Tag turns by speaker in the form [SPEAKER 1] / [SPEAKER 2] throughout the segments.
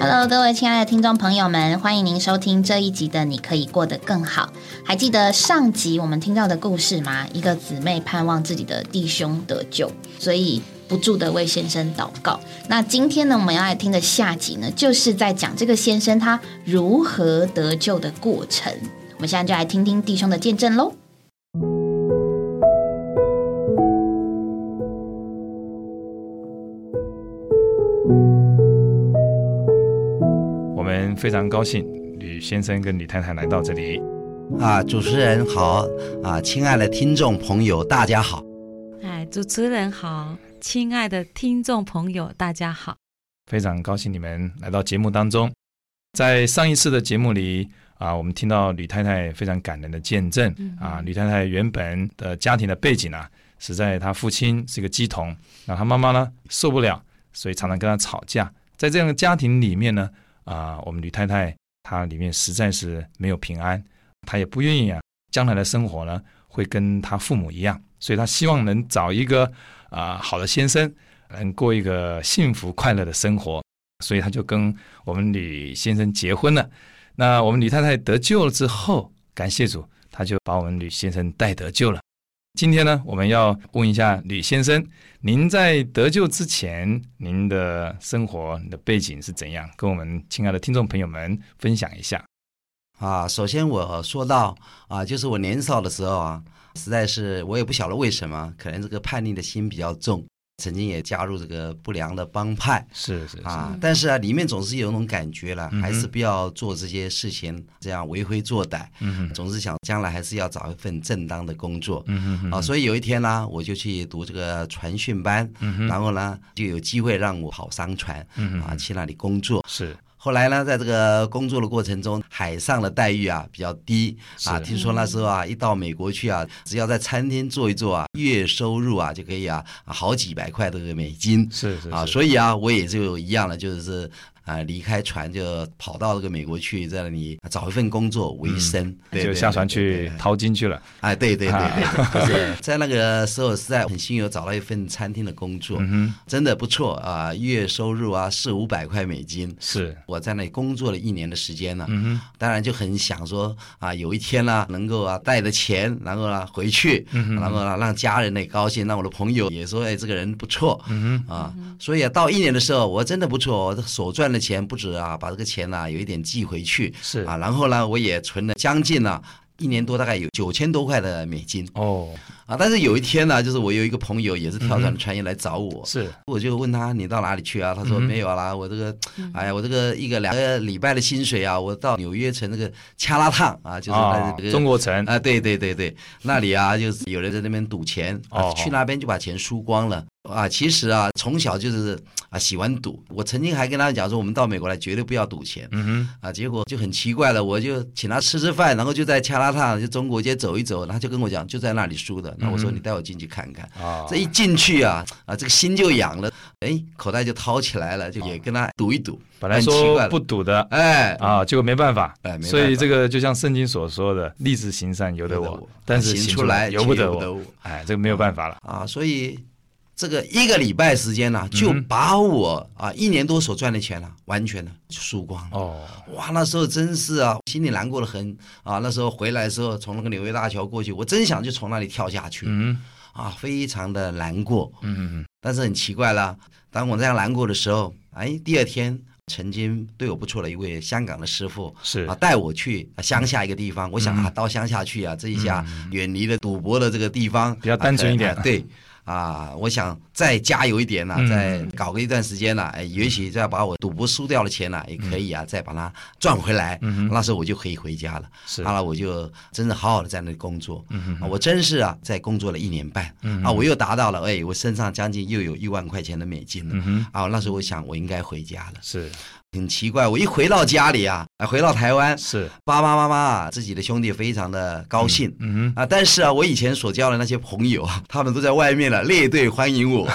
[SPEAKER 1] Hello，各位亲爱的听众朋友们，欢迎您收听这一集的《你可以过得更好》。还记得上集我们听到的故事吗？一个姊妹盼望自己的弟兄得救，所以不住的为先生祷告。那今天呢，我们要来听的下集呢，就是在讲这个先生他如何得救的过程。我们现在就来听听弟兄的见证喽。
[SPEAKER 2] 我们非常高兴吕先生跟吕太太来到这里。
[SPEAKER 3] 啊，主持人好啊，亲爱的听众朋友，大家好。
[SPEAKER 4] 哎，主持人好，亲爱的听众朋友，大家好。
[SPEAKER 2] 非常高兴你们来到节目当中。在上一次的节目里啊，我们听到吕太太非常感人的见证啊。吕太太原本的家庭的背景啊，实在她父亲是个鸡童，那她妈妈呢受不了，所以常常跟她吵架。在这样的家庭里面呢，啊，我们吕太太她里面实在是没有平安，她也不愿意啊，将来的生活呢会跟她父母一样，所以她希望能找一个啊好的先生，能过一个幸福快乐的生活。所以他就跟我们吕先生结婚了。那我们吕太太得救了之后，感谢主，他就把我们吕先生带得救了。今天呢，我们要问一下吕先生，您在得救之前，您的生活、你的背景是怎样？跟我们亲爱的听众朋友们分享一下。
[SPEAKER 3] 啊，首先我说到啊，就是我年少的时候啊，实在是我也不晓得为什么，可能这个叛逆的心比较重，曾经也加入这个不良的帮派
[SPEAKER 2] 是是
[SPEAKER 3] 啊，但是啊，里面总是有一种感觉了，
[SPEAKER 2] 嗯哼
[SPEAKER 3] 还是不要做这些事情，这样为非作歹，
[SPEAKER 2] 嗯哼，
[SPEAKER 3] 总是想将来还是要找一份正当的工作。
[SPEAKER 2] 嗯哼哼
[SPEAKER 3] 啊，所以有一天呢，我就去读这个船训班，
[SPEAKER 2] 嗯哼，
[SPEAKER 3] 然后呢，就有机会让我跑商船
[SPEAKER 2] 嗯
[SPEAKER 3] 啊，
[SPEAKER 2] 哼，
[SPEAKER 3] 去那里工作。
[SPEAKER 2] 是
[SPEAKER 3] 后来呢，在这个工作的过程中，海上的待遇啊比较低啊。
[SPEAKER 2] 是
[SPEAKER 3] 听说那时候啊，一到美国去啊，只要在餐厅坐一坐啊，月收入啊就可以啊好几百块这个美金
[SPEAKER 2] 是是
[SPEAKER 3] 啊。
[SPEAKER 2] 是
[SPEAKER 3] 所以啊，我也就一样了，就是啊离开船就跑到这个美国去，在那里啊找一份工作为生，对
[SPEAKER 2] 嗯就下船去淘金去了。
[SPEAKER 3] 啊，对对对
[SPEAKER 2] 啊
[SPEAKER 3] 对，就是在那个时候实在很幸运，有找到一份餐厅的工作，
[SPEAKER 2] 嗯哼，
[SPEAKER 3] 真的不错啊，月收入啊四五百块美金。
[SPEAKER 2] 是，
[SPEAKER 3] 我在那里工作了一年的时间呢，
[SPEAKER 2] 嗯哼，
[SPEAKER 3] 当然就很想说啊，有一天呢、能够啊带着钱，然后呢、回去，
[SPEAKER 2] 嗯
[SPEAKER 3] 然后呢、让家人呢也高兴，让我的朋友也说，哎，这个人不错，
[SPEAKER 2] 嗯
[SPEAKER 3] 啊，所以啊，到一年的时候，我真的不错，我所赚的钱不止啊，把这个钱呢、有一点寄回去
[SPEAKER 2] 哼，是
[SPEAKER 3] 啊，然后呢，我也存了将近呢、一年多，大概有九千多块的美金
[SPEAKER 2] 哦，
[SPEAKER 3] 啊。但是有一天呢、就是我有一个朋友也是
[SPEAKER 2] 嗯
[SPEAKER 3] 跳转穿越来找我，
[SPEAKER 2] 是
[SPEAKER 3] 我就问他你到哪里去啊？他说
[SPEAKER 2] 嗯哼
[SPEAKER 3] 没有啦，我这个，哎呀，我这个一个两个礼拜的薪水啊，我到纽约城那个恰拉烫啊，就是那
[SPEAKER 2] 啊
[SPEAKER 3] 个、，
[SPEAKER 2] 中国城
[SPEAKER 3] 啊，对对对对，那里啊，就是有人在那边赌钱，啊
[SPEAKER 2] 哦、
[SPEAKER 3] 去那边就把钱输光了啊。其实啊，从小就是啊喜欢赌，我曾经还跟他讲说，我们到美国来绝对不要赌钱。
[SPEAKER 2] 嗯哼，
[SPEAKER 3] 啊，结果就很奇怪了，我就请他吃吃饭，然后就在恰拉烫就中国街走一走，然后他就跟我讲就在那里输的，那我说
[SPEAKER 2] 嗯
[SPEAKER 3] 你带我进去看看，
[SPEAKER 2] 啊，
[SPEAKER 3] 这一进去啊啊，这个心就痒了，哎，口袋就掏起来了，就也跟他赌一赌，
[SPEAKER 2] 啊本来
[SPEAKER 3] 很奇怪
[SPEAKER 2] 说
[SPEAKER 3] 了
[SPEAKER 2] 不赌的，
[SPEAKER 3] 哎
[SPEAKER 2] 啊，结果没办法
[SPEAKER 3] 哎没办，法
[SPEAKER 2] 所以这个就像圣经所说的“立志行善由得
[SPEAKER 3] 由得
[SPEAKER 2] 我
[SPEAKER 3] 我，
[SPEAKER 2] 但是
[SPEAKER 3] 行
[SPEAKER 2] 行
[SPEAKER 3] 出
[SPEAKER 2] 出
[SPEAKER 3] 来
[SPEAKER 2] 来由不
[SPEAKER 3] 却
[SPEAKER 2] 得
[SPEAKER 3] 由不得
[SPEAKER 2] 我
[SPEAKER 3] 我”，
[SPEAKER 2] 哎，这个没有办法了，
[SPEAKER 3] 啊，所以这个一个礼拜时间呢、
[SPEAKER 2] 嗯
[SPEAKER 3] 就把我啊一年多所赚的钱呢、完全呢输光了。
[SPEAKER 2] 哦，
[SPEAKER 3] 哇，那时候真是啊，心里难过的很啊。那时候回来的时候，从那个纽约大桥过去，我真想就从那里跳下去、
[SPEAKER 2] 嗯
[SPEAKER 3] 啊，非常的难过。
[SPEAKER 2] 嗯嗯
[SPEAKER 3] 但是很奇怪啦，当我这样难过的时候，哎，第二天曾经对我不错的一位香港的师傅
[SPEAKER 2] 是嗯
[SPEAKER 3] 啊，带我去啊乡下一个地方。我想啊，到乡下去啊，这一下远离了赌博的这个地方，
[SPEAKER 2] 比较单纯一点
[SPEAKER 3] 啊可能啊对。啊，我想再加油一点呐、
[SPEAKER 2] 嗯
[SPEAKER 3] 再搞个一段时间呐、哎也许再把我赌博输掉的钱呐、也可以啊，再把它赚回来。
[SPEAKER 2] 嗯嗯哼
[SPEAKER 3] 那时候我就可以回家了。
[SPEAKER 2] 是
[SPEAKER 3] 好了，我就真的好好的在那里工作。
[SPEAKER 2] 嗯
[SPEAKER 3] 啊，我真是啊，在工作了一年半，
[SPEAKER 2] 嗯
[SPEAKER 3] 啊，我又达到了，哎，我身上将近又有一万块钱的美金了。
[SPEAKER 2] 嗯哼，
[SPEAKER 3] 啊，那时候我想我应该回家了，
[SPEAKER 2] 是
[SPEAKER 3] 很奇怪，我一回到家里啊，啊回到台湾，
[SPEAKER 2] 是，
[SPEAKER 3] 爸爸妈妈啊，自己的兄弟非常的高兴。
[SPEAKER 2] 嗯哼，
[SPEAKER 3] 啊，但是啊，我以前所交的那些朋友啊，他们都在外面了，列队欢迎 我，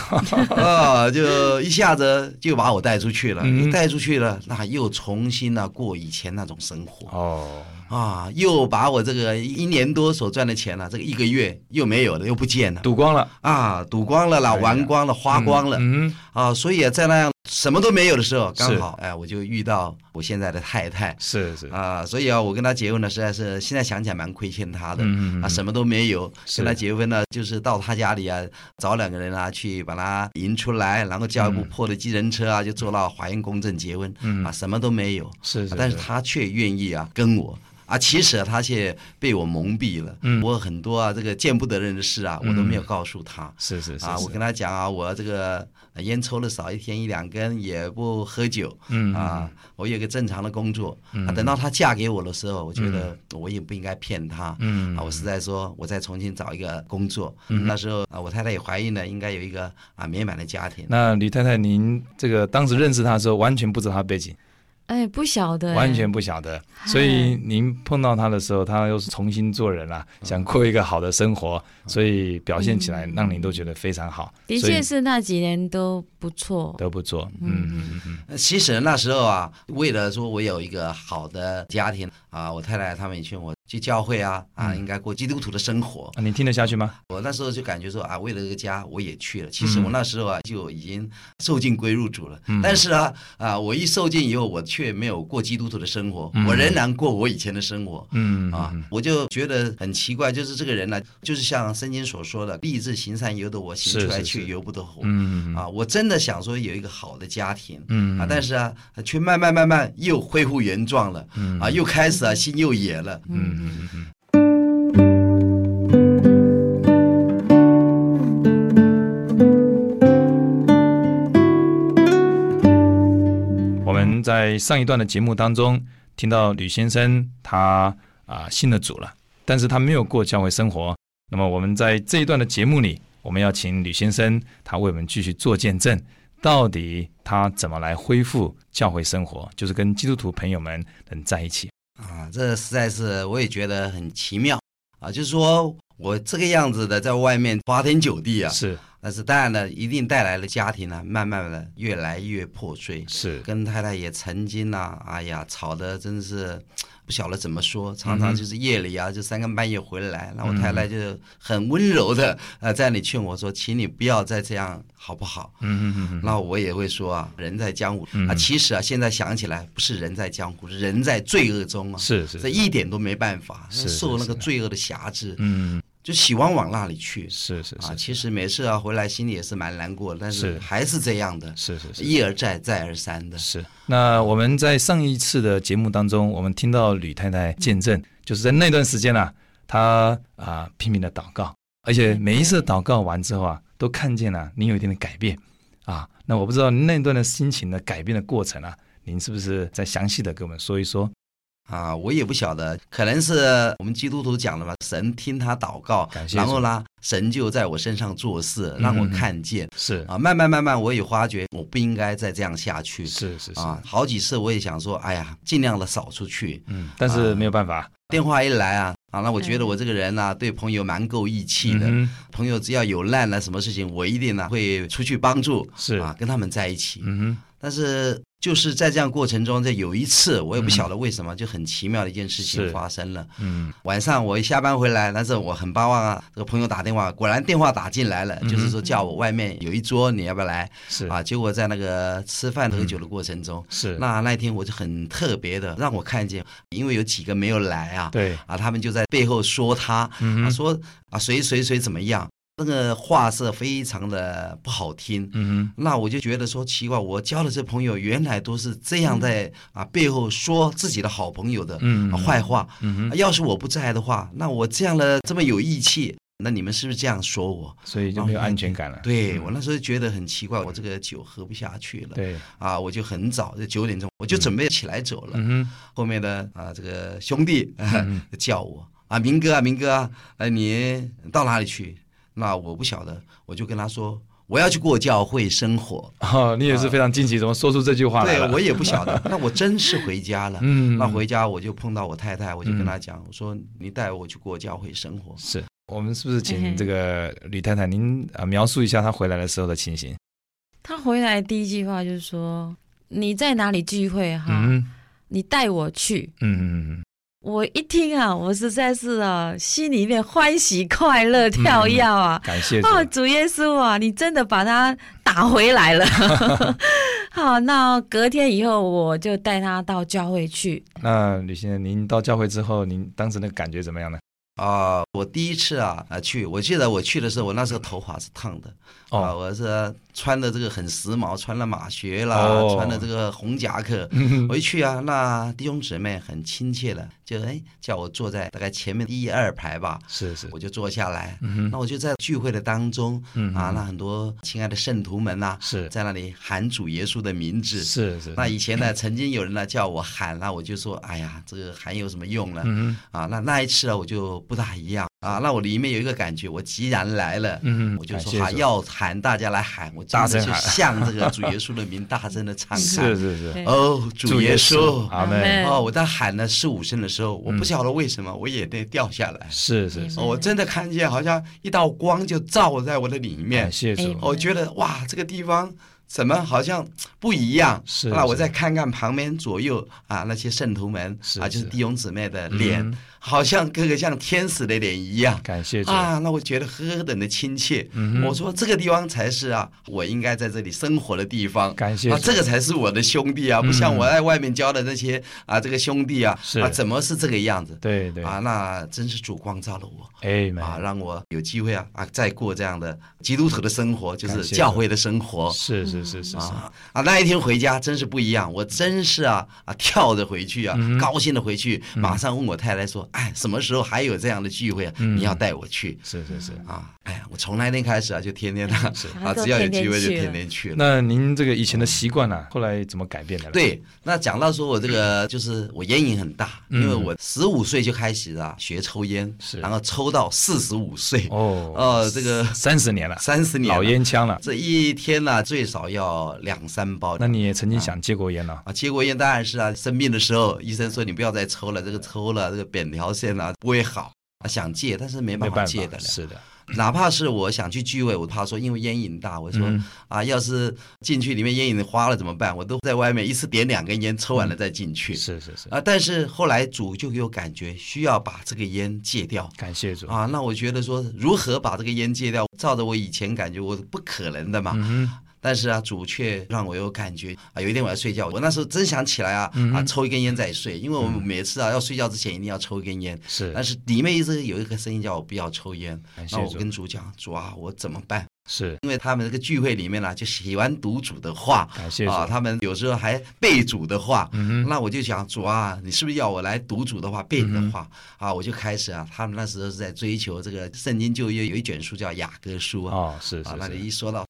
[SPEAKER 3] 啊，就一下子就把我带出去了，
[SPEAKER 2] 嗯
[SPEAKER 3] 啊带出去了，那又重新呢、过以前那种生活，
[SPEAKER 2] 哦，
[SPEAKER 3] 啊，又把我这个一年多所赚的钱呢、这个一个月又没有了，又不见了
[SPEAKER 2] 赌光了，
[SPEAKER 3] 啊，赌光了啦，
[SPEAKER 2] 哎呀
[SPEAKER 3] 玩光了，花光了、
[SPEAKER 2] 嗯，嗯
[SPEAKER 3] 啊，所以在那样什么都没有的时候，刚
[SPEAKER 2] 是
[SPEAKER 3] 好哎，我就遇到我现在的太太
[SPEAKER 2] 是是，
[SPEAKER 3] 啊，所以啊，我跟她结婚呢，实在是现在想起来蛮亏欠她的。
[SPEAKER 2] 嗯
[SPEAKER 3] 啊，什
[SPEAKER 2] 么？
[SPEAKER 3] 么都没有，
[SPEAKER 2] 是
[SPEAKER 3] 跟她结婚呢，就是到她家里啊，找两个人啊，去把她迎出来，然后叫一部
[SPEAKER 2] 嗯
[SPEAKER 3] 破的机人车啊，就坐到法院公证结婚，
[SPEAKER 2] 嗯
[SPEAKER 3] 啊，什么都没有，
[SPEAKER 2] 是，
[SPEAKER 3] 啊但是他却愿意啊跟我啊，其实啊他却被我蒙蔽了。
[SPEAKER 2] 嗯
[SPEAKER 3] 我很多啊这个见不得人的事啊，我都没有告诉他。
[SPEAKER 2] 是是是
[SPEAKER 3] 啊，我跟他讲啊，我这个呃烟抽的少，一天一两根，也不喝酒。
[SPEAKER 2] 嗯
[SPEAKER 3] 啊，我有一个正常的工作。
[SPEAKER 2] 嗯
[SPEAKER 3] 啊，等到她嫁给我的时候，我觉得我也不应该骗她。
[SPEAKER 2] 嗯
[SPEAKER 3] 啊，我是在说，我再重新找一个工作。
[SPEAKER 2] 嗯
[SPEAKER 3] 那时候啊，我太太也怀孕了，应该有一个啊美满的家庭。
[SPEAKER 2] 那李太太，您这个当时认识她的时候，完全不知道她背景，
[SPEAKER 4] 哎，不晓得，
[SPEAKER 2] 完全不晓得，所以您碰到她的时候，她又是重新做人啦，想过一个好的生活，所以表现起来让您都觉得非常好，
[SPEAKER 4] 的
[SPEAKER 2] 所以
[SPEAKER 4] 确是那几年都不错。
[SPEAKER 2] 都不错，嗯嗯嗯，
[SPEAKER 3] 呃其实那时候啊，为了说我有一个好的家庭啊，我太太他们也劝我去教会啊啊，
[SPEAKER 2] 嗯
[SPEAKER 3] 应该过基督徒的生活。
[SPEAKER 2] 啊你听得下去吗？
[SPEAKER 3] 我那时候就感觉说啊，为了这个家，我也去了。其实我那时候啊，就已经受尽归入主了。
[SPEAKER 2] 嗯
[SPEAKER 3] 但是啊啊，我一受尽以后，我却没有过基督徒的生活，
[SPEAKER 2] 嗯
[SPEAKER 3] 我仍然过我以前的生活。
[SPEAKER 2] 嗯
[SPEAKER 3] 啊，我就觉得很奇怪，就是这个人呢、就是像圣经所说的“立志行善由得我，行
[SPEAKER 2] 是
[SPEAKER 3] 出来
[SPEAKER 2] 是
[SPEAKER 3] 却
[SPEAKER 2] 是
[SPEAKER 3] 由不得我”
[SPEAKER 2] 嗯
[SPEAKER 3] 啊，我真的想说有一个好的家庭，
[SPEAKER 2] 嗯
[SPEAKER 3] 啊，但是啊，却慢慢慢慢又恢复原状了，
[SPEAKER 2] 嗯
[SPEAKER 3] 啊，又开始啊心又野了。
[SPEAKER 2] 嗯嗯嗯。我们在上一段的节目当中听到吕先生他啊、信了主了，但是他没有过教会生活。那么我们在这一段的节目里，我们要请吕先生他为我们继续做见证，到底他怎么来恢复教会生活，就是跟基督徒朋友们能在一起。
[SPEAKER 3] 啊，这实在是我也觉得很奇妙啊，就是说我这个样子的在外面花天酒地啊，
[SPEAKER 2] 是
[SPEAKER 3] 但是当然了，一定带来了家庭呢，慢慢的越来越破碎。
[SPEAKER 2] 是，
[SPEAKER 3] 跟太太也曾经呐、哎呀，吵得真是不晓得怎么说，
[SPEAKER 2] 嗯
[SPEAKER 3] 常常就是夜里啊，就三更半夜回来，那我太太就很温柔的呃在那里劝我说，请你不要再这样，好不好？
[SPEAKER 2] 嗯嗯嗯，
[SPEAKER 3] 那我也会说啊，人在江湖、
[SPEAKER 2] 嗯
[SPEAKER 3] 啊，其实啊，现在想起来，不是人在江湖，是人在罪恶中啊，
[SPEAKER 2] 是是是，
[SPEAKER 3] 这一点都没办法，
[SPEAKER 2] 是是
[SPEAKER 3] 受那个
[SPEAKER 2] 是
[SPEAKER 3] 罪恶的辖制，
[SPEAKER 2] 嗯，
[SPEAKER 3] 就喜欢往那里去
[SPEAKER 2] 是是
[SPEAKER 3] 啊。
[SPEAKER 2] 是
[SPEAKER 3] 其实每次啊回来心里也是蛮难过的，但是
[SPEAKER 2] 是
[SPEAKER 3] 还是这样的，
[SPEAKER 2] 是是是
[SPEAKER 3] 一而再，再而三的。
[SPEAKER 2] 是。那我们在上一次的节目当中，我们听到吕太太见
[SPEAKER 3] 嗯
[SPEAKER 2] 证，就是在那段时间啊，她啊拼命的祷告，而且每一次祷告完之后啊，都看见了您有一点的改变啊。那我不知道那段的心情的改变的过程啊，您是不是再详细的给我们说一说？
[SPEAKER 3] 啊，我也不晓得，可能是我们基督徒讲的吧，神听他祷告
[SPEAKER 2] 感，谢
[SPEAKER 3] 然后呢，神就在我身上做事，让我
[SPEAKER 2] 嗯嗯嗯
[SPEAKER 3] 看见
[SPEAKER 2] 是
[SPEAKER 3] 啊。慢慢慢慢，我也发觉我不应该再这样下去
[SPEAKER 2] 是是是，
[SPEAKER 3] 啊。好几次我也想说，哎呀，尽量的少出去。
[SPEAKER 2] 嗯，但是没有办法，
[SPEAKER 3] 电话一来啊，啊，那我觉得我这个人呢、啊对朋友蛮够义气的，
[SPEAKER 2] 嗯哼
[SPEAKER 3] 朋友只要有难了什么事情，我一定呢、会出去帮助
[SPEAKER 2] 是，
[SPEAKER 3] 啊，跟他们在一起。
[SPEAKER 2] 嗯哼，
[SPEAKER 3] 但是就是在这样过程中，这有一次我也不晓得为什么，就很奇妙的一件事
[SPEAKER 2] 是
[SPEAKER 3] 情发生了。
[SPEAKER 2] 嗯
[SPEAKER 3] 晚上我一下班回来，但是我很巴望啊，这个朋友打电话，果然电话打进来了，
[SPEAKER 2] 嗯
[SPEAKER 3] 就是说叫我外面有一桌，你要不要来
[SPEAKER 2] 是嗯
[SPEAKER 3] 啊？结果在那个吃饭喝酒的过程中，
[SPEAKER 2] 是，
[SPEAKER 3] 那那一天我就很特别的让我看见，因为有几个没有来啊，
[SPEAKER 2] 对，
[SPEAKER 3] 啊，他们就在背后说他，
[SPEAKER 2] 嗯
[SPEAKER 3] 啊
[SPEAKER 2] 哼，
[SPEAKER 3] 说啊谁谁谁怎么样，那个话是非常的不好听。
[SPEAKER 2] 嗯
[SPEAKER 3] 那我就觉得说奇怪，我交的这朋友原来都是这样在、啊背后说自己的好朋友的、
[SPEAKER 2] 嗯
[SPEAKER 3] 啊坏话，
[SPEAKER 2] 哼，嗯
[SPEAKER 3] 啊
[SPEAKER 2] 哼，
[SPEAKER 3] 要是我不在的话，那我这样的这么有义气，那你们是不是这样说我？啊
[SPEAKER 2] 所以就没有安全感了。
[SPEAKER 3] 哎
[SPEAKER 2] 嗯
[SPEAKER 3] 对我那时候觉得很奇怪，我这个酒喝不下去了，
[SPEAKER 2] 对，
[SPEAKER 3] 啊，我就很早就九点钟我就准备起来走了，
[SPEAKER 2] 嗯
[SPEAKER 3] 后面的啊这个兄弟、啊
[SPEAKER 2] 嗯
[SPEAKER 3] 叫我啊明哥啊明哥啊，呃你到哪里去？那我不晓得，我就跟他说我要去过教会生活，
[SPEAKER 2] 哼， 哦，你也是非常惊奇，怎么说出这句话来
[SPEAKER 3] 对
[SPEAKER 2] 了？
[SPEAKER 3] 我也不晓得，那 我真是回家了。
[SPEAKER 2] 嗯，
[SPEAKER 3] 那回家我就碰到我太太，我就跟她讲，我说你带我去过教会生活。
[SPEAKER 2] 是我们是不是请这个吕太太您啊描述一下她回来的时候的情形？
[SPEAKER 4] 他回来第一句话就是说：“你在哪里聚会哈？
[SPEAKER 2] 嗯
[SPEAKER 4] 你带我去。
[SPEAKER 2] 嗯嗯嗯，
[SPEAKER 4] 我一听啊，我实在是啊，心里面欢喜快乐跳跃啊！
[SPEAKER 2] 感谢主，
[SPEAKER 4] 哦，主耶稣啊，你真的把他打回来 了。 好，那隔天以后我就带他到教会去。
[SPEAKER 2] 那吕先生，您到教会之后，您当时那个感觉怎么样呢？
[SPEAKER 3] 啊，我第一次啊啊去，我记得我去的时候，我那时候头发是烫的，
[SPEAKER 2] 哦
[SPEAKER 3] 啊，我是穿的这个很时髦，穿了马靴啦，
[SPEAKER 2] 哦
[SPEAKER 3] 穿了这个红夹克，
[SPEAKER 2] 嗯
[SPEAKER 3] 我一去啊，那弟兄姊妹很亲切的，就哎叫我坐在大概前面一二排吧，
[SPEAKER 2] 是是
[SPEAKER 3] 我就坐下来，
[SPEAKER 2] 嗯
[SPEAKER 3] 那
[SPEAKER 2] 哼，
[SPEAKER 3] 我就在聚会的当中，
[SPEAKER 2] 嗯
[SPEAKER 3] 啊，
[SPEAKER 2] 嗯
[SPEAKER 3] 那很多亲爱的圣徒们呐、
[SPEAKER 2] 是
[SPEAKER 3] 在那里喊主耶稣的名字。
[SPEAKER 2] 是是，
[SPEAKER 3] 那以前呢，曾经有人呢叫我喊，那我就说，哎呀，这个喊有什么用呢？
[SPEAKER 2] 嗯哼
[SPEAKER 3] 啊，那那一次啊，我就不大一样啊，那我里面有一个感觉，我既然来了。
[SPEAKER 2] 嗯哼，
[SPEAKER 3] 我就
[SPEAKER 2] 感
[SPEAKER 3] 说
[SPEAKER 2] 谢
[SPEAKER 3] 哈，
[SPEAKER 2] 主
[SPEAKER 3] 要喊大家来喊，我
[SPEAKER 2] 大
[SPEAKER 3] 真的
[SPEAKER 2] 声
[SPEAKER 3] 就
[SPEAKER 2] 喊
[SPEAKER 3] 向这个主耶稣的名大声的 唱
[SPEAKER 2] 是
[SPEAKER 3] 喊。
[SPEAKER 2] 是是，
[SPEAKER 4] 对
[SPEAKER 3] 哦，主耶稣！
[SPEAKER 2] 阿
[SPEAKER 4] 阿
[SPEAKER 2] 门，
[SPEAKER 4] 门
[SPEAKER 3] 哦，我在喊了四五声的时候，我
[SPEAKER 2] 嗯
[SPEAKER 3] 不晓得为什么我眼泪掉下来。
[SPEAKER 2] 是是是，
[SPEAKER 3] 哦，我真的看见好像一道光就照在我的里面哦
[SPEAKER 2] 感，谢主，
[SPEAKER 3] 我觉得哇，这个地方怎么好像不一样？
[SPEAKER 2] 是
[SPEAKER 3] 那我
[SPEAKER 2] 是
[SPEAKER 3] 再看看旁边左右啊，那些圣徒们
[SPEAKER 2] 是
[SPEAKER 3] 啊，就是
[SPEAKER 2] 是
[SPEAKER 3] 弟兄姊妹的脸，
[SPEAKER 2] 嗯
[SPEAKER 3] 好像个个像天使的脸一样。
[SPEAKER 2] 感谢嗯主，
[SPEAKER 3] 啊，那我觉得何等的亲切！我说这个地方才是啊，我应该在这里生活的地方。
[SPEAKER 2] 感谢
[SPEAKER 3] 啊，
[SPEAKER 2] 主嗯
[SPEAKER 3] 这个才是我的兄弟啊，不像我在外面交的那些啊，这个兄弟啊
[SPEAKER 2] 是，
[SPEAKER 3] 啊，怎么是这个样子？
[SPEAKER 2] 对对，
[SPEAKER 3] 啊，那真是主光照了我。
[SPEAKER 2] 哎门，
[SPEAKER 3] 啊，让我有机会啊啊，再过这样的基督徒的生活，就
[SPEAKER 2] 感
[SPEAKER 3] 是
[SPEAKER 2] 谢
[SPEAKER 3] 教
[SPEAKER 2] 主
[SPEAKER 3] 会的生活
[SPEAKER 2] 是是是是是，
[SPEAKER 3] 啊啊！那一天回家真是不一样，我真是啊啊跳着回去啊，
[SPEAKER 2] 嗯
[SPEAKER 3] 高兴的回去，马上问我太太说：“哎，什么时候还有这样的聚会啊？
[SPEAKER 2] 嗯
[SPEAKER 3] 你要带我去
[SPEAKER 2] 是是是。
[SPEAKER 3] 啊！”哎呀，我从那天开始啊，就天天啊 啊，
[SPEAKER 4] 然后就
[SPEAKER 3] 只要有
[SPEAKER 4] 天天
[SPEAKER 3] 机会就
[SPEAKER 4] 去了
[SPEAKER 3] 天天去了。
[SPEAKER 2] 那您这个以前的习惯呢、啊后来怎么改变的呢？，
[SPEAKER 3] 对，那讲到说我这个就是我烟瘾很大，因为我十五岁就开始啊学抽烟，
[SPEAKER 2] 嗯是
[SPEAKER 3] 然后抽到四十五岁，
[SPEAKER 2] 哦，
[SPEAKER 3] 呃，这个
[SPEAKER 2] 三十年了，
[SPEAKER 3] 三十年
[SPEAKER 2] 老
[SPEAKER 3] 了
[SPEAKER 2] 烟枪了。
[SPEAKER 3] 这一天呢、最少要两三包。
[SPEAKER 2] 那你也曾经想戒过烟了？
[SPEAKER 3] 啊，结果烟当然是啊，生病的时候医生说你不要再抽了，这个抽了这个扁条线啊不会好啊，想戒但是
[SPEAKER 2] 没
[SPEAKER 3] 没办法
[SPEAKER 2] 办
[SPEAKER 3] 戒
[SPEAKER 2] 法，
[SPEAKER 3] 得了。
[SPEAKER 2] 是的，
[SPEAKER 3] 哪怕是我想去聚会，我怕说因为烟瘾大，我说、
[SPEAKER 2] 嗯
[SPEAKER 3] 啊，要是进去里面烟瘾花了怎么办？我都在外面一次点两根烟，抽完了再进去。
[SPEAKER 2] 是是是，
[SPEAKER 3] 啊，但是后来主就有感觉需要把这个烟戒掉。
[SPEAKER 2] 感谢主，
[SPEAKER 3] 啊，那我觉得说如何把这个烟戒掉，照着我以前感觉我不可能的嘛。
[SPEAKER 2] 嗯
[SPEAKER 3] 但是啊，主却让我有感觉啊！有一天我要睡觉，我那时候真想起来啊、
[SPEAKER 2] 嗯
[SPEAKER 3] 啊，抽一根烟再睡，因为我们每次啊、要睡觉之前一定要抽一根烟。
[SPEAKER 2] 是
[SPEAKER 3] 但是里面一直有一个声音叫我不要抽烟
[SPEAKER 2] 感，谢
[SPEAKER 3] 那嗯我
[SPEAKER 2] 主
[SPEAKER 3] 跟主讲，主啊，我怎么办？
[SPEAKER 2] 是，
[SPEAKER 3] 因为他们这个聚会里面呢、就喜欢读主的话，
[SPEAKER 2] 感谢嗯主
[SPEAKER 3] 啊，他们有时候还背主的话，那我就想主啊，你是不是要我来读主的话，背你的
[SPEAKER 2] 嗯
[SPEAKER 3] 话、啊？我就开始啊，他们那时候是在追求这个圣经旧约有一卷书叫雅各书啊，
[SPEAKER 2] 哦，是
[SPEAKER 3] 啊，
[SPEAKER 2] 是
[SPEAKER 3] 那里
[SPEAKER 2] 是，
[SPEAKER 3] 一说到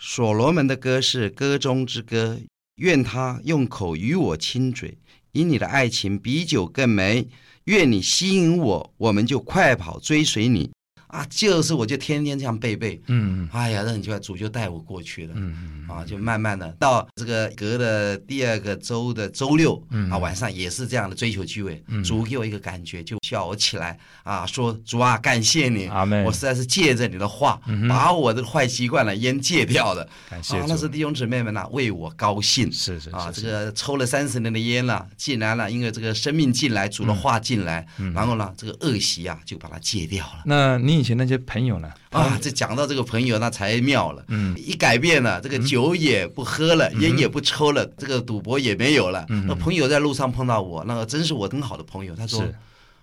[SPEAKER 3] 所罗门的歌是歌中之歌，愿他用口与我亲嘴，因你的爱情比酒更美，愿你吸引我，我们就快跑追随你啊！就是我就天天这样背背。
[SPEAKER 2] 嗯
[SPEAKER 3] 哎呀，那很奇怪，主就带我过去了。
[SPEAKER 2] 嗯嗯，
[SPEAKER 3] 啊，就慢慢的到这个隔了第二个周的周六、
[SPEAKER 2] 嗯
[SPEAKER 3] 啊晚上也是这样的追求聚会，
[SPEAKER 2] 嗯
[SPEAKER 3] 主给我一个感觉，就叫我起来啊，说主啊，感谢你，
[SPEAKER 2] 阿门
[SPEAKER 3] 我实在是借着你的话，
[SPEAKER 2] 嗯哼
[SPEAKER 3] 把我的坏习惯了烟戒掉了，
[SPEAKER 2] 感谢
[SPEAKER 3] 啊，那是
[SPEAKER 2] 主，
[SPEAKER 3] 弟兄姊妹们呐、为我高兴。
[SPEAKER 2] 是是
[SPEAKER 3] 啊，
[SPEAKER 2] 是
[SPEAKER 3] 这
[SPEAKER 2] 是，
[SPEAKER 3] 个抽了三十年的烟了、竟然了、因为这个生命进来，主
[SPEAKER 2] 嗯
[SPEAKER 3] 的话进来，然后呢，这个恶习啊就把它戒掉了。
[SPEAKER 2] 那你以前那些朋友呢？
[SPEAKER 3] 啊，这讲到这个朋友，那才妙了。
[SPEAKER 2] 嗯，
[SPEAKER 3] 一改变了，这个酒也不喝了，烟也不抽
[SPEAKER 2] 嗯
[SPEAKER 3] 了，这个赌博也没有了。那朋友在路上碰到我，那个真是我很好的朋友，他说
[SPEAKER 2] 是：“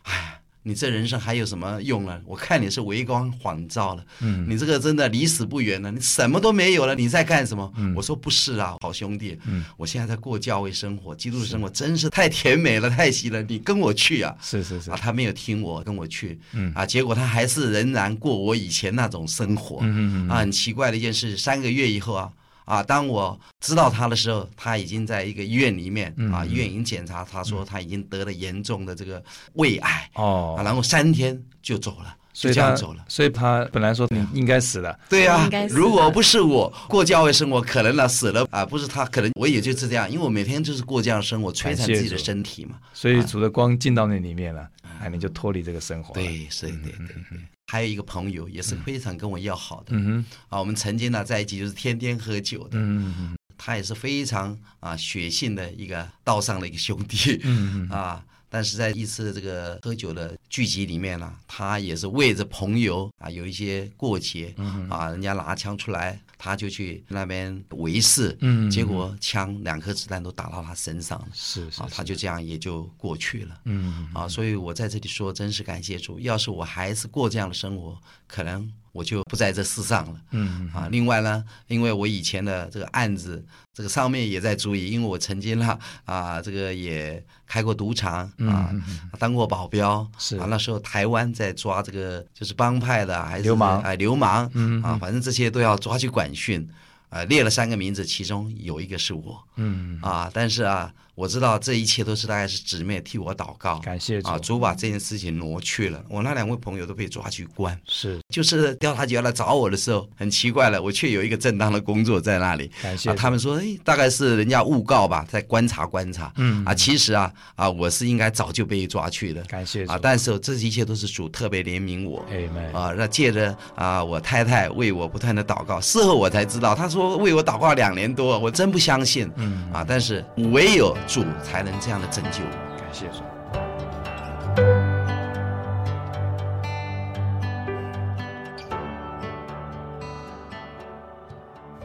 [SPEAKER 3] 哎，你这人生还有什么用呢？我看你是为光晃照了，嗯，你这个真的离死不远了，你什么都没有了，你在干什么？”
[SPEAKER 2] 嗯
[SPEAKER 3] 我说：“不是啊，好兄弟，我现在在过教会生活，基督徒生活真是太甜美了，太喜了，你跟我去啊。”
[SPEAKER 2] 是是是
[SPEAKER 3] 啊，，他没有听我，跟我去，嗯啊，结果他还是仍然过我以前那种生活，
[SPEAKER 2] 嗯嗯嗯
[SPEAKER 3] 啊，很奇怪的一件事，三个月以后啊。啊！当我知道他的时候，他已经在一个医院里面
[SPEAKER 2] 嗯
[SPEAKER 3] 啊，医院已经检查，他说他已经得了严重的这个胃癌啊，
[SPEAKER 2] 哦，
[SPEAKER 3] 然后三天就走了，
[SPEAKER 2] 所
[SPEAKER 3] 就
[SPEAKER 2] 以
[SPEAKER 3] 这样
[SPEAKER 2] 他
[SPEAKER 3] 走了。
[SPEAKER 2] 所以他本来说你应该死的，
[SPEAKER 3] 对啊
[SPEAKER 4] 应该，是
[SPEAKER 3] 如果不是我过教会生活，可能呢死了啊，不是他，可能我也就是这样，因为我每天就是过这样的生活，摧
[SPEAKER 2] 感
[SPEAKER 3] 残
[SPEAKER 2] 谢
[SPEAKER 3] 自己的
[SPEAKER 2] 主
[SPEAKER 3] 身体嘛。
[SPEAKER 2] 所以主的光进到那里面了，哎，你就脱离这个生活了，
[SPEAKER 3] 啊对，是，对，对，对。还有一个朋友也是非常跟我要好的，
[SPEAKER 2] 嗯哼，
[SPEAKER 3] 啊，我们曾经呢在一起就是天天喝酒的，
[SPEAKER 2] 嗯嗯嗯
[SPEAKER 3] 他也是非常啊血性的一个道上的一个兄弟，
[SPEAKER 2] 嗯嗯，
[SPEAKER 3] 啊，但是在一次这个喝酒的聚集里面呢、他也是为着朋友啊有一些过节、
[SPEAKER 2] 嗯
[SPEAKER 3] 啊，人家拿枪出来，他就去那边围视，
[SPEAKER 2] 嗯
[SPEAKER 3] 结果枪两颗子弹都打到他身上了，
[SPEAKER 2] 是是
[SPEAKER 3] 啊，他就这样也就过去了。
[SPEAKER 2] 嗯
[SPEAKER 3] 啊，所以我在这里说，真是感谢主。要是我还是过这样的生活，可能我就不在这世上了。
[SPEAKER 2] 嗯
[SPEAKER 3] 啊，另外呢，因为我以前的这个案子，这个上面也在注意，因为我曾经呢，啊，这个也开过赌场
[SPEAKER 2] 嗯
[SPEAKER 3] 啊，当过保镖，
[SPEAKER 2] 是
[SPEAKER 3] 啊，那时候台湾在抓这个就是帮派的还是
[SPEAKER 2] 流氓
[SPEAKER 3] 哎流氓，嗯啊，反正这些都要抓去管训。啊，列了三个名字，其中有一个是我，
[SPEAKER 2] 嗯，
[SPEAKER 3] 啊，但是啊，我知道这一切都是大概是姊妹替我祷告，
[SPEAKER 2] 感谢主
[SPEAKER 3] 啊，主把这件事情挪去了。我那两位朋友都被抓去关，
[SPEAKER 2] 是
[SPEAKER 3] 就是调查局要来找我的时候，很奇怪了，我却有一个正当的工作在那里。
[SPEAKER 2] 感谢
[SPEAKER 3] 啊，他们说，哎，大概是人家诬告吧，在观察观察。
[SPEAKER 2] 嗯
[SPEAKER 3] 啊，其实啊，啊，我是应该早就被抓去的。
[SPEAKER 2] 感谢主哎
[SPEAKER 3] 啊，但是这一切都是主特别怜悯我。
[SPEAKER 2] Amen
[SPEAKER 3] 啊，那借着啊，我太太为我不断的祷告，事后我才知道，她说为我祷告两年多，我真不相信。嗯啊，但是唯有主才能这样的拯救我。
[SPEAKER 2] 感谢主。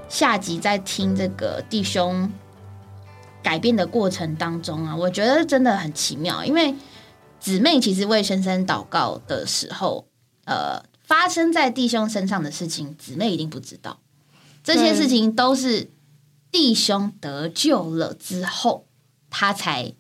[SPEAKER 1] 下集在听这个弟兄改变的过程当中啊，我觉得真的很奇妙，因为姊妹其实为先生祷告的时候，呃，发生在弟兄身上的事情，姊妹一定不知道，这些事情都是弟兄得救了之后，他才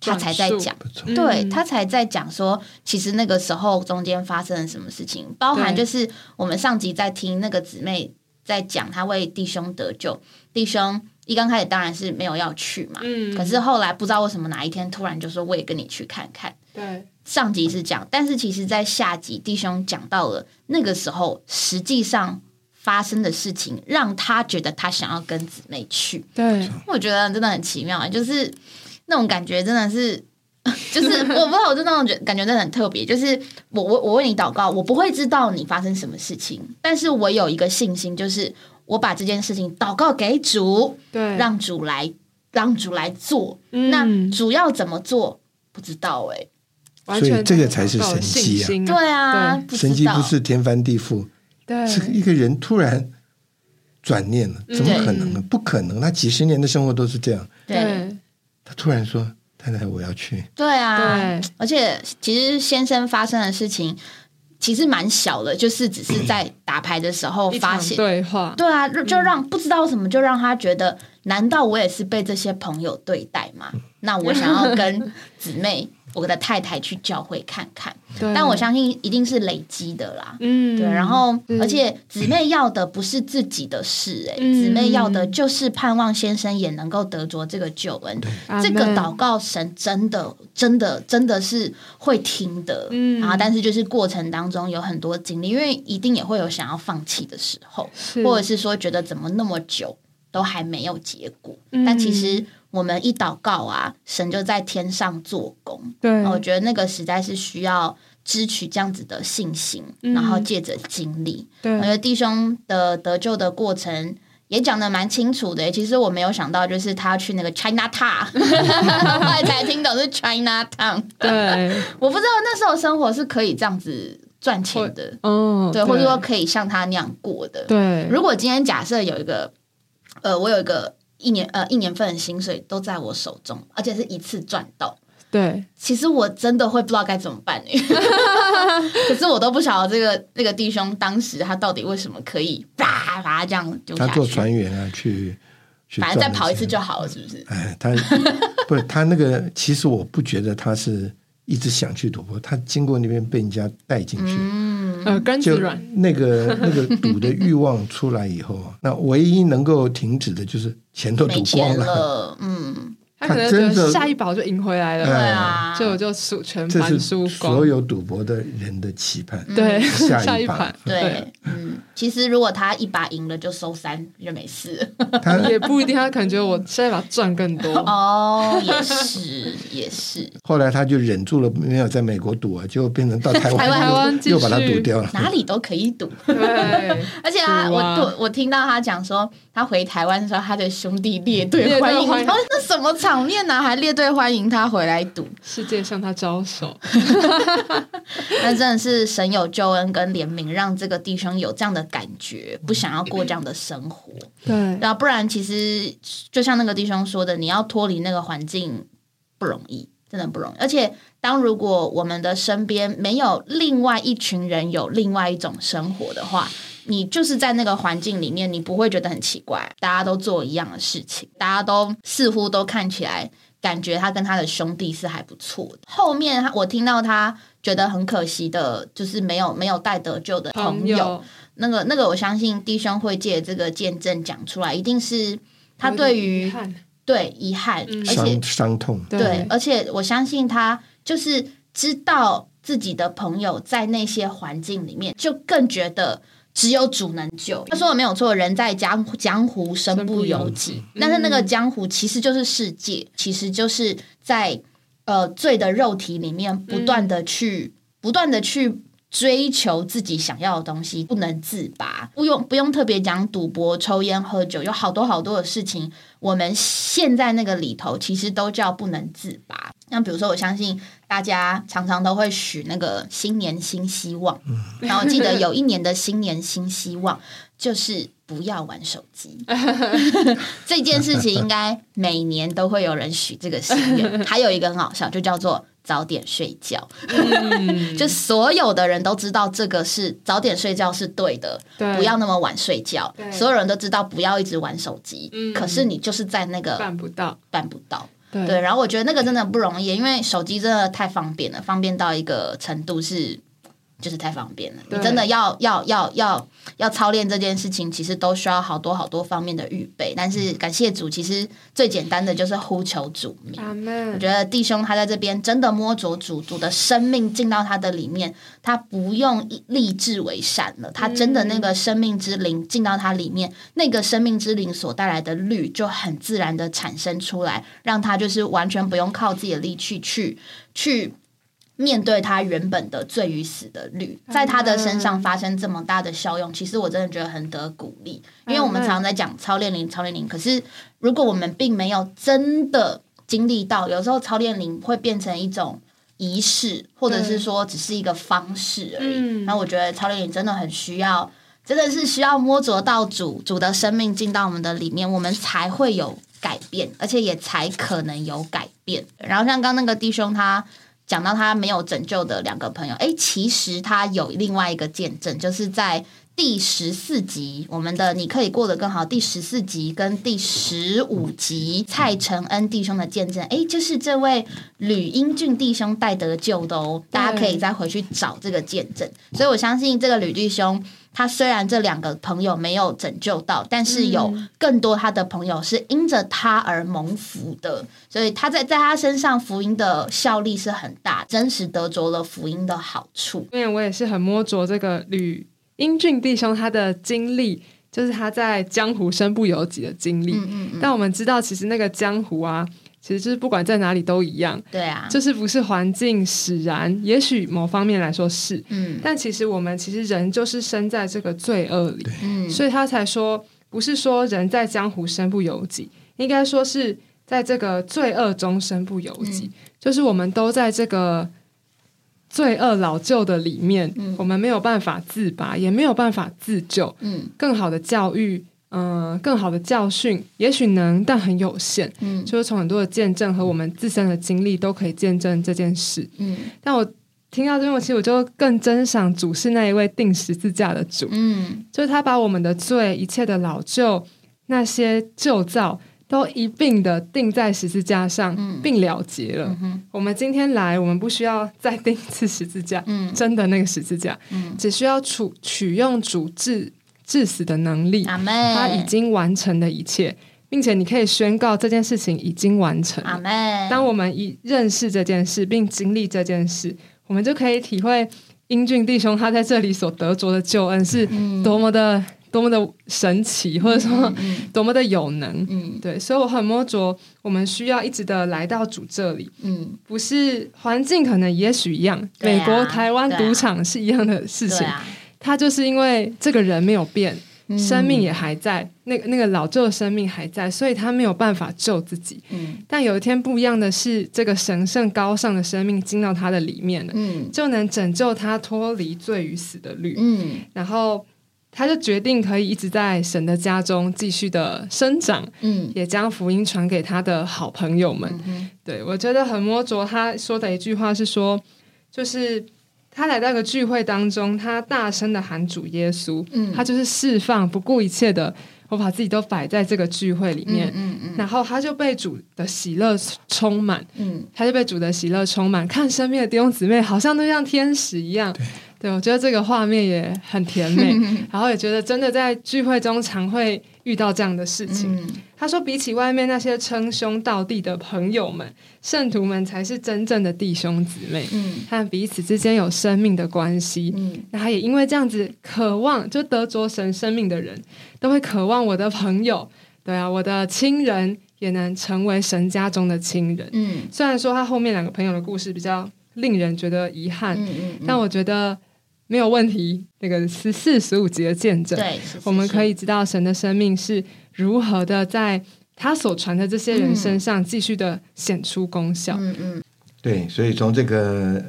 [SPEAKER 1] 他才在
[SPEAKER 4] 转述
[SPEAKER 1] 讲。
[SPEAKER 4] 嗯
[SPEAKER 1] 对他才在讲说，其实那个时候中间发生了什么事情，包含
[SPEAKER 4] 对
[SPEAKER 1] 就是我们上集在听那个姊妹在讲，她为弟兄得救，弟兄一刚开始当然是没有要去嘛，
[SPEAKER 4] 嗯
[SPEAKER 1] 可是后来不知道为什么哪一天突然就说我也跟你去看看。
[SPEAKER 4] 对，
[SPEAKER 1] 上集是讲，但是其实在下集弟兄讲到了那个时候实际上发生的事情，让他觉得他想要跟姊妹去。
[SPEAKER 4] 对，
[SPEAKER 1] 我觉得真的很奇妙，欸就是那种感觉真的是， 就是我不知道，我就那种觉感觉真的很特别。就是我我我为你祷告，我不会知道你发生什么事情，但是我有一个信心，就是我把这件事情祷告给主，
[SPEAKER 4] 对
[SPEAKER 1] 让主来让主来做。
[SPEAKER 4] 嗯
[SPEAKER 1] 那主要怎么做？不知道哎、
[SPEAKER 4] 完
[SPEAKER 5] 所以
[SPEAKER 4] 全
[SPEAKER 5] 这个才是神
[SPEAKER 4] 信
[SPEAKER 5] 迹啊
[SPEAKER 4] 心
[SPEAKER 1] 对啊，
[SPEAKER 4] 嗯对
[SPEAKER 1] 不知道
[SPEAKER 5] 神迹不是天翻地覆，
[SPEAKER 4] 对
[SPEAKER 5] 是一个人突然转念了，怎么可能呢？
[SPEAKER 4] 嗯
[SPEAKER 5] 不可能，他几十年的生活都是这样。
[SPEAKER 1] 对
[SPEAKER 5] 他突然说：“太太，我要去。
[SPEAKER 1] 对啊，
[SPEAKER 4] 对
[SPEAKER 1] 而且其实先生发生的事情其实蛮小的，就是只是在打牌的时候
[SPEAKER 4] 一
[SPEAKER 1] 发
[SPEAKER 4] 场
[SPEAKER 1] 现。
[SPEAKER 4] 对话，嗯
[SPEAKER 1] 对啊，就就让、不知道什么，就让他觉得，难道我也是被这些朋友对待吗？那我想要跟姊妹、我的太太去教会看看，
[SPEAKER 4] 对
[SPEAKER 1] 但我相信一定是累积的啦。
[SPEAKER 4] 嗯
[SPEAKER 1] 对，然后
[SPEAKER 4] 嗯
[SPEAKER 1] 而且姊妹要的不是自己的事、哎、
[SPEAKER 4] 嗯
[SPEAKER 1] 姊妹要的就是盼望先生也能够得着这个救恩。这个祷告神真的、真的、真的是会听的，
[SPEAKER 4] 嗯
[SPEAKER 1] 啊，但是就是过程当中有很多经历，因为一定也会有想要放弃的时候，或者
[SPEAKER 4] 者
[SPEAKER 1] 是说觉得怎么那么久都还没有结果，
[SPEAKER 4] 嗯
[SPEAKER 1] 但其实我们一祷告啊，神就在天上做工。
[SPEAKER 4] 对
[SPEAKER 1] 我觉得那个实在是需要支取这样子的信心，
[SPEAKER 4] 嗯
[SPEAKER 1] 然后借着经历，
[SPEAKER 6] 嗯
[SPEAKER 1] 我觉
[SPEAKER 4] 对
[SPEAKER 1] 得弟兄的得救的过程也讲的蛮清楚的。其实我没有想到，就是他要去那个 China Town，后 来才听懂是 China Town。
[SPEAKER 4] 对，
[SPEAKER 1] 我不知道那时候生活是可以这样子赚钱的，
[SPEAKER 4] 嗯，
[SPEAKER 1] 对，或者说可以像他那样过的。
[SPEAKER 4] 对，
[SPEAKER 1] 如果今天假设有一个，呃，我有一个一年呃一年份的薪水都在我手中，而且是一次赚到，
[SPEAKER 4] 对
[SPEAKER 1] 其实我真的会不知道该怎么办 哎、可是我都不晓得这个这个弟兄当时他到底为什么可以啪把他这样”丢
[SPEAKER 5] 他
[SPEAKER 1] 下
[SPEAKER 5] 做
[SPEAKER 1] 去，
[SPEAKER 5] 船员啊，去去
[SPEAKER 1] 嗯反正再
[SPEAKER 5] 赚了
[SPEAKER 1] 跑一次
[SPEAKER 5] 钱
[SPEAKER 1] 就好了，是不是？
[SPEAKER 5] 哎， 他不是他那个，其实我不觉得他是一直想去赌博，他经过那边被人家带进去，
[SPEAKER 1] 嗯
[SPEAKER 4] 耳根呃子
[SPEAKER 5] 就
[SPEAKER 4] 软，
[SPEAKER 5] 那个那个赌的欲望出来以后 啊，那唯一能够停止的就是钱都
[SPEAKER 1] 没
[SPEAKER 5] 赌光
[SPEAKER 1] 钱
[SPEAKER 5] 了，
[SPEAKER 1] 了，嗯，
[SPEAKER 4] 他
[SPEAKER 5] 他
[SPEAKER 4] 可能觉
[SPEAKER 5] 真
[SPEAKER 4] 得
[SPEAKER 5] 的
[SPEAKER 4] 下一把就赢回来
[SPEAKER 1] 对
[SPEAKER 4] 了，
[SPEAKER 1] 啊，
[SPEAKER 4] 就我就输全
[SPEAKER 5] 这
[SPEAKER 4] 盘
[SPEAKER 5] 是
[SPEAKER 4] 输
[SPEAKER 5] 所
[SPEAKER 4] 光，
[SPEAKER 5] 有赌博的人的期盼。
[SPEAKER 4] 对，
[SPEAKER 5] 下一
[SPEAKER 4] 下一
[SPEAKER 5] 把
[SPEAKER 4] 盘，
[SPEAKER 1] 嗯对，嗯，其实如果他一把赢了就收三就没事了
[SPEAKER 5] 他
[SPEAKER 6] 嗯
[SPEAKER 4] 也不一定，他可能觉得我下一把赚更多，
[SPEAKER 1] 哦，也是也是，
[SPEAKER 5] 后来他就忍住了，没有在美国赌啊，结果变成到
[SPEAKER 1] 台
[SPEAKER 5] 台
[SPEAKER 1] 湾台
[SPEAKER 5] 湾
[SPEAKER 4] 湾继
[SPEAKER 5] 又又把它
[SPEAKER 4] 续
[SPEAKER 5] 赌掉了。
[SPEAKER 1] 哪里都可以赌，
[SPEAKER 4] 对，
[SPEAKER 1] 而且他
[SPEAKER 4] 赌
[SPEAKER 1] 我
[SPEAKER 4] 啊
[SPEAKER 1] 我我听到他讲说，他回台湾的时候，他的兄弟列
[SPEAKER 4] 列
[SPEAKER 1] 队
[SPEAKER 4] 队
[SPEAKER 1] 欢迎
[SPEAKER 4] 欢
[SPEAKER 1] 他，
[SPEAKER 4] 迎
[SPEAKER 1] 那什么场场面呢、还列队欢迎他回来赌，
[SPEAKER 6] 世界向他 招手，
[SPEAKER 1] 那真的是神有救恩跟怜悯，让这个弟兄有这样的感觉，不想要过这样的生活。
[SPEAKER 6] 对，
[SPEAKER 1] 然后不然，其实就像那个弟兄说的，你要脱离那个环境不容易，真的不容易。而且，当如果我们的身边没有另外一群人有另外一种生活的话，你就是在那个环境里面，你不会觉得很奇怪，大家都做一样的事情，大家都似乎都看起来。感觉他跟他的兄弟是还不错的。后面他我听到他觉得很可惜的，就是没有没有带得救的朋友，
[SPEAKER 6] 友
[SPEAKER 1] 那个那个，我相信弟兄会借这个见证讲出来，一定是他对
[SPEAKER 6] 有
[SPEAKER 1] 于
[SPEAKER 6] 点遗憾
[SPEAKER 1] 对遗憾，
[SPEAKER 6] 嗯
[SPEAKER 1] 而且
[SPEAKER 5] 伤伤痛，
[SPEAKER 1] 对，呃而且我相信他就是知道自己的朋友在那些环境里面，就更觉得。只有主能救，他说的没有错，人在江湖江湖身
[SPEAKER 6] 身
[SPEAKER 1] 不
[SPEAKER 6] 不
[SPEAKER 1] 由
[SPEAKER 6] 由
[SPEAKER 1] 己，但是那个江湖其实就是世界，其实就是在呃罪的肉体里面不断的去、不断的去追求自己想要的东西，不能自拔。不用不用特别讲赌博、抽烟、喝酒，有好多好多的事情，我们现在那个里头其实都叫不能自拔。那比如说，我相信大家常常都会许那个新年新希望，然后记得有一年的新年新希望就是不要玩手机。这件事情应该每年都会有人许这个心愿。还有一个很好笑，就叫做早点睡觉。
[SPEAKER 4] 嗯
[SPEAKER 6] 嗯
[SPEAKER 1] 就所有的人都知道这个是早点睡觉是对的，
[SPEAKER 6] 对
[SPEAKER 1] 不要那么晚睡觉。
[SPEAKER 6] 对
[SPEAKER 1] 所有人都知道不要一直玩手机，
[SPEAKER 6] 嗯
[SPEAKER 1] 可是你就是在那个
[SPEAKER 6] 办不到，
[SPEAKER 1] 办不到。
[SPEAKER 6] 对
[SPEAKER 1] 对，然后我觉得那个真的不容易，因为手机真的太方便了，方便到一个程度是。就是太方便了，你
[SPEAKER 6] 对
[SPEAKER 1] 真的要要要要要操练这件事情，其实都需要好多好多方面的预备。但是感谢主，其实最简单的就是呼求主名。
[SPEAKER 6] 阿
[SPEAKER 1] 我
[SPEAKER 6] 门，
[SPEAKER 1] 觉得弟兄他在这边真的摸着主主的生命进到他的里面，他不用立志为善了，他真的那个生命之灵进到他里面，那个生命之灵所带来的律就很自然的产生出来，让他就是完全不用靠自己的力气去去。面对他原本的罪与死的律，在他的身上发生这么大的效用，其实我真的觉得很得鼓励。因为我们常常在讲超练灵、超练灵，可是如果我们并没有真的经历到，有时候超练灵会变成一种仪式，或者是说只是一个方式而已。
[SPEAKER 6] 嗯
[SPEAKER 1] 那、我觉得超练灵真的很需要，真的是需要摸着到主主的生命进到我们的里面，我们才会有改变，而且也才可能有改变。然后像刚那个弟兄他。讲到他没有拯救的两个朋友，诶，其实他有另外一个见证，就是在第十四集，我们的你可以过得更好第十四集跟第十五集蔡承恩弟兄的见证，诶，就是这位吕英俊弟兄带得救的哦，大家可以再回去找这个见证。所以我相信这个吕弟兄。他虽然这两个朋友没有拯救到，但是有
[SPEAKER 6] 嗯
[SPEAKER 1] 更多他的朋友是因着他而蒙福的，所以他在在他身上福音的效力是很大，真实得着了福音的好处。
[SPEAKER 6] 因为我也是很摸着这个吕英俊弟兄他的经历，就是他在江湖身不由己的经历。
[SPEAKER 1] 嗯嗯嗯，
[SPEAKER 6] 但我们知道，其实那个江湖啊，其实就是不管在哪里都一样，
[SPEAKER 1] 对啊，
[SPEAKER 6] 就是不是环境使然，也许某方面来说是，
[SPEAKER 1] 嗯
[SPEAKER 6] 但其实我们其实人就是生在这个罪恶里，
[SPEAKER 1] 嗯，
[SPEAKER 6] 所以他才说，不是说人在江湖身不由己，应该说是在这个罪恶中身不由己，
[SPEAKER 1] 嗯
[SPEAKER 6] 就是我们都在这个罪恶老旧的里面，
[SPEAKER 1] 嗯
[SPEAKER 6] 我们没有办法自拔，也没有办法自救，
[SPEAKER 1] 嗯
[SPEAKER 6] 更好的教育。嗯、更好的教训也许能，但很有限。
[SPEAKER 1] 嗯
[SPEAKER 6] 就是从很多的见证和我们自身的经历都可以见证这件事。
[SPEAKER 1] 嗯
[SPEAKER 6] 但我听到这边，我其实我就更珍赏主是那一位定十字架的主，
[SPEAKER 1] 嗯
[SPEAKER 6] 就是他把我们的罪、一切的老旧、那些旧造，都一并的钉在十字架上，
[SPEAKER 1] 嗯
[SPEAKER 6] 并了结了。
[SPEAKER 1] 哼
[SPEAKER 6] 我们今天来，我们不需要再钉一次十字架，
[SPEAKER 1] 嗯
[SPEAKER 6] 真的那个十字架，
[SPEAKER 1] 嗯，
[SPEAKER 6] 只需要取取用主治致死的能力，
[SPEAKER 1] 阿妹，
[SPEAKER 6] 他已经完成的一切，并且你可以宣告这件事情已经完成了
[SPEAKER 1] 阿妹，
[SPEAKER 6] 当我们一认识这件事，并经历这件事，我们就可以体会英俊弟兄他在这里所得着的救恩是
[SPEAKER 1] 嗯
[SPEAKER 6] 多么的、多么的神奇，或者说多么的有能。
[SPEAKER 1] 嗯
[SPEAKER 6] 对，所以我很摸着，我们需要一直的来到主这里，
[SPEAKER 1] 嗯，
[SPEAKER 6] 不是环境可能也许一样，
[SPEAKER 1] 对啊
[SPEAKER 6] 美国、台湾
[SPEAKER 1] 对啊
[SPEAKER 6] 赌场是一样的事
[SPEAKER 1] 对
[SPEAKER 6] 情，
[SPEAKER 1] 啊，
[SPEAKER 6] 他就是因为这个人没有变，生命也
[SPEAKER 1] 嗯
[SPEAKER 6] 还在，那个那个老旧的生命还在，所以他没有办法救自己。
[SPEAKER 1] 嗯
[SPEAKER 6] 但有一天不一样的是，这个神圣高尚的生命进到他的里面了，
[SPEAKER 1] 嗯
[SPEAKER 6] 就能拯救他脱离罪与死的律。
[SPEAKER 1] 嗯
[SPEAKER 6] 然后他就决定可以一直在神的家中继续的生长，
[SPEAKER 1] 嗯
[SPEAKER 6] 也将福音传给他的好朋友们。
[SPEAKER 1] 嗯
[SPEAKER 6] 对我觉得很摸着他说的一句话是说，就是他来到一个聚会当中，他大声的喊主耶稣，
[SPEAKER 1] 嗯
[SPEAKER 6] 他就是释放不顾一切的，我把自己都摆在这个聚会里面。
[SPEAKER 1] 嗯嗯
[SPEAKER 6] 然后他就被主的喜乐充满，
[SPEAKER 1] 嗯
[SPEAKER 6] 他就被主的喜乐充满，看身边的弟兄姊妹好像都像天使一样。对，我觉得这个画面也很甜 美，然后也觉得真的在聚会中常会遇到这样的事情。
[SPEAKER 1] 嗯
[SPEAKER 6] 他说，比起外面那些称兄道弟的朋友们，圣徒们才是真正的弟兄姊妹，
[SPEAKER 1] 嗯
[SPEAKER 6] 他们彼此之间有生命的关系。
[SPEAKER 1] 嗯
[SPEAKER 6] 那他也因为这样子渴望，就得着神生命的人，都会渴望我的朋友，对啊，我的亲人也能成为神家中的亲人。
[SPEAKER 1] 嗯
[SPEAKER 6] 虽然说他后面两个朋友的故事比较令人觉得遗憾，
[SPEAKER 1] 嗯
[SPEAKER 6] 但我觉得没有问题。那个十四、十五集的见证，
[SPEAKER 1] 对，
[SPEAKER 6] 我们可以知道神的生命是如何的在他所传的这些人身上继续的显出功效。
[SPEAKER 1] 嗯嗯
[SPEAKER 5] 对，所以从这个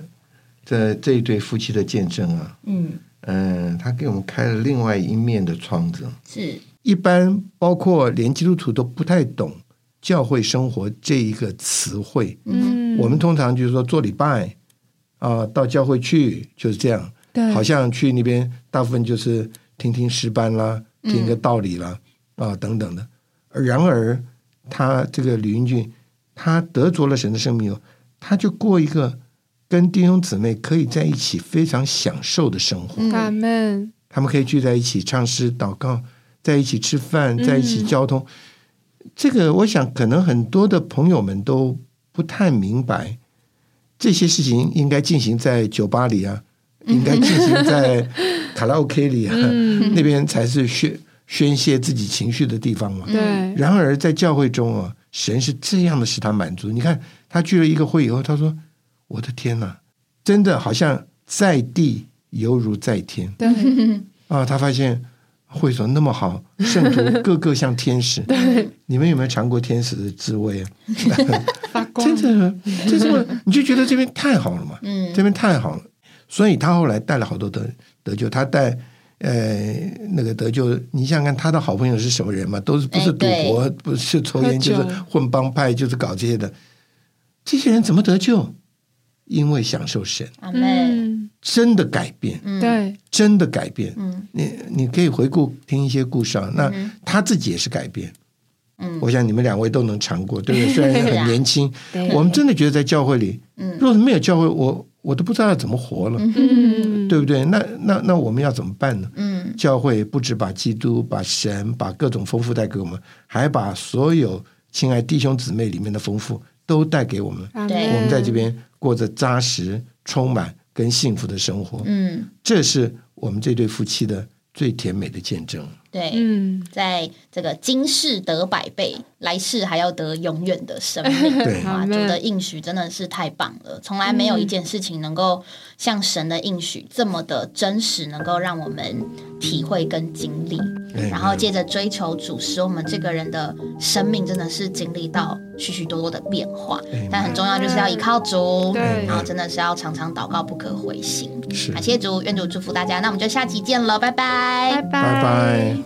[SPEAKER 5] 这这一对夫妻的见证啊，
[SPEAKER 1] 嗯
[SPEAKER 5] 嗯、他给我们开了另外一面的窗子。
[SPEAKER 1] 是
[SPEAKER 5] 一般包括连基督徒都不太懂“教会生活”这一个词汇。
[SPEAKER 6] 嗯
[SPEAKER 5] 我们通常就是说做礼拜啊、到教会去就是这样，
[SPEAKER 6] 对
[SPEAKER 5] 好像去那边大部分就是听听诗班啦，听个道理啦啊、等等的。然而，他这个李云俊，他得着了神的生命以后，他就过一个跟弟兄姊妹可以在一起非常享受的生活。
[SPEAKER 6] 阿门，
[SPEAKER 5] 他们可以聚在一起唱诗、祷告，在一起吃饭，在一起交通。这个，我想可能很多的朋友们都不太明白，这些事情应该进行在酒吧里啊，应该进行在卡拉 OK 里啊，那边才是宣宣泄自己情绪的地方嘛。
[SPEAKER 6] 对，
[SPEAKER 5] 然而在教会中啊，神是这样的使他满足。你看，他聚了一个会以后，他说：“我的天哪，真的好像在地犹如在天。”
[SPEAKER 6] 对，
[SPEAKER 5] 啊，他发现会所那么好，圣徒个个像天使。你们有没有尝过天使的滋味啊？
[SPEAKER 6] 发光
[SPEAKER 5] 真，的，啊真的，你就觉得这边太好了嘛，
[SPEAKER 1] 嗯
[SPEAKER 5] 这边太好了。所以他后来带了好多得得救，他带呃那个得救，你想想看，他的好朋友是什么人嘛？都是不是
[SPEAKER 1] 哎
[SPEAKER 5] 赌
[SPEAKER 1] 对
[SPEAKER 5] 博，不是抽烟，
[SPEAKER 6] 喝酒
[SPEAKER 5] 就是混帮派，就是搞这些的。这些人怎么得救？因为享受神，
[SPEAKER 1] 阿妹，
[SPEAKER 6] 嗯，
[SPEAKER 5] 真的改变，
[SPEAKER 1] 嗯
[SPEAKER 6] 对，
[SPEAKER 5] 真的改变。
[SPEAKER 1] 嗯
[SPEAKER 5] 你你可以回顾听一些故事啊，那他自己也是改变。
[SPEAKER 1] 嗯
[SPEAKER 5] 我想你们两位都能尝过，对 不对？虽然
[SPEAKER 1] 是啊
[SPEAKER 5] 很年轻，
[SPEAKER 4] 对
[SPEAKER 5] 我们真的觉得在教会里，
[SPEAKER 1] 嗯
[SPEAKER 5] 若是没有教会，我我都不知道要怎么活了，
[SPEAKER 6] 嗯，
[SPEAKER 5] 对不对？那那那我们要怎么办呢？
[SPEAKER 1] 嗯
[SPEAKER 5] 教会不止把基督、把神、把各种丰富带给我们，还把所有亲爱弟兄姊妹里面的丰富都带给我们。
[SPEAKER 6] 阿
[SPEAKER 1] 对
[SPEAKER 5] 我
[SPEAKER 6] 门，
[SPEAKER 5] 们在这边过着扎实、充满跟幸福的生活，
[SPEAKER 1] 嗯
[SPEAKER 5] 这是我们这对夫妻的最甜美的见证。
[SPEAKER 1] 对。
[SPEAKER 6] 嗯，
[SPEAKER 1] 在这个今世得百倍，来世还要得永远的生命。
[SPEAKER 5] 对
[SPEAKER 1] 哇，
[SPEAKER 6] Amen
[SPEAKER 1] 主的应许真的是太棒了，从来没有一件事情能够像神的应许这么的真实，能够让我们体会跟经历。
[SPEAKER 5] 嗯
[SPEAKER 1] 然后借着追求主，使我们这个人的生命真的是经历到许许多多的变化。但很重要就是要依靠主，
[SPEAKER 6] 对
[SPEAKER 1] 然后真的是要常常祷告，不可灰心。
[SPEAKER 5] 是
[SPEAKER 1] 感谢主，愿主祝福大家。那我们就下集见了，拜拜
[SPEAKER 6] 拜拜
[SPEAKER 5] 拜拜。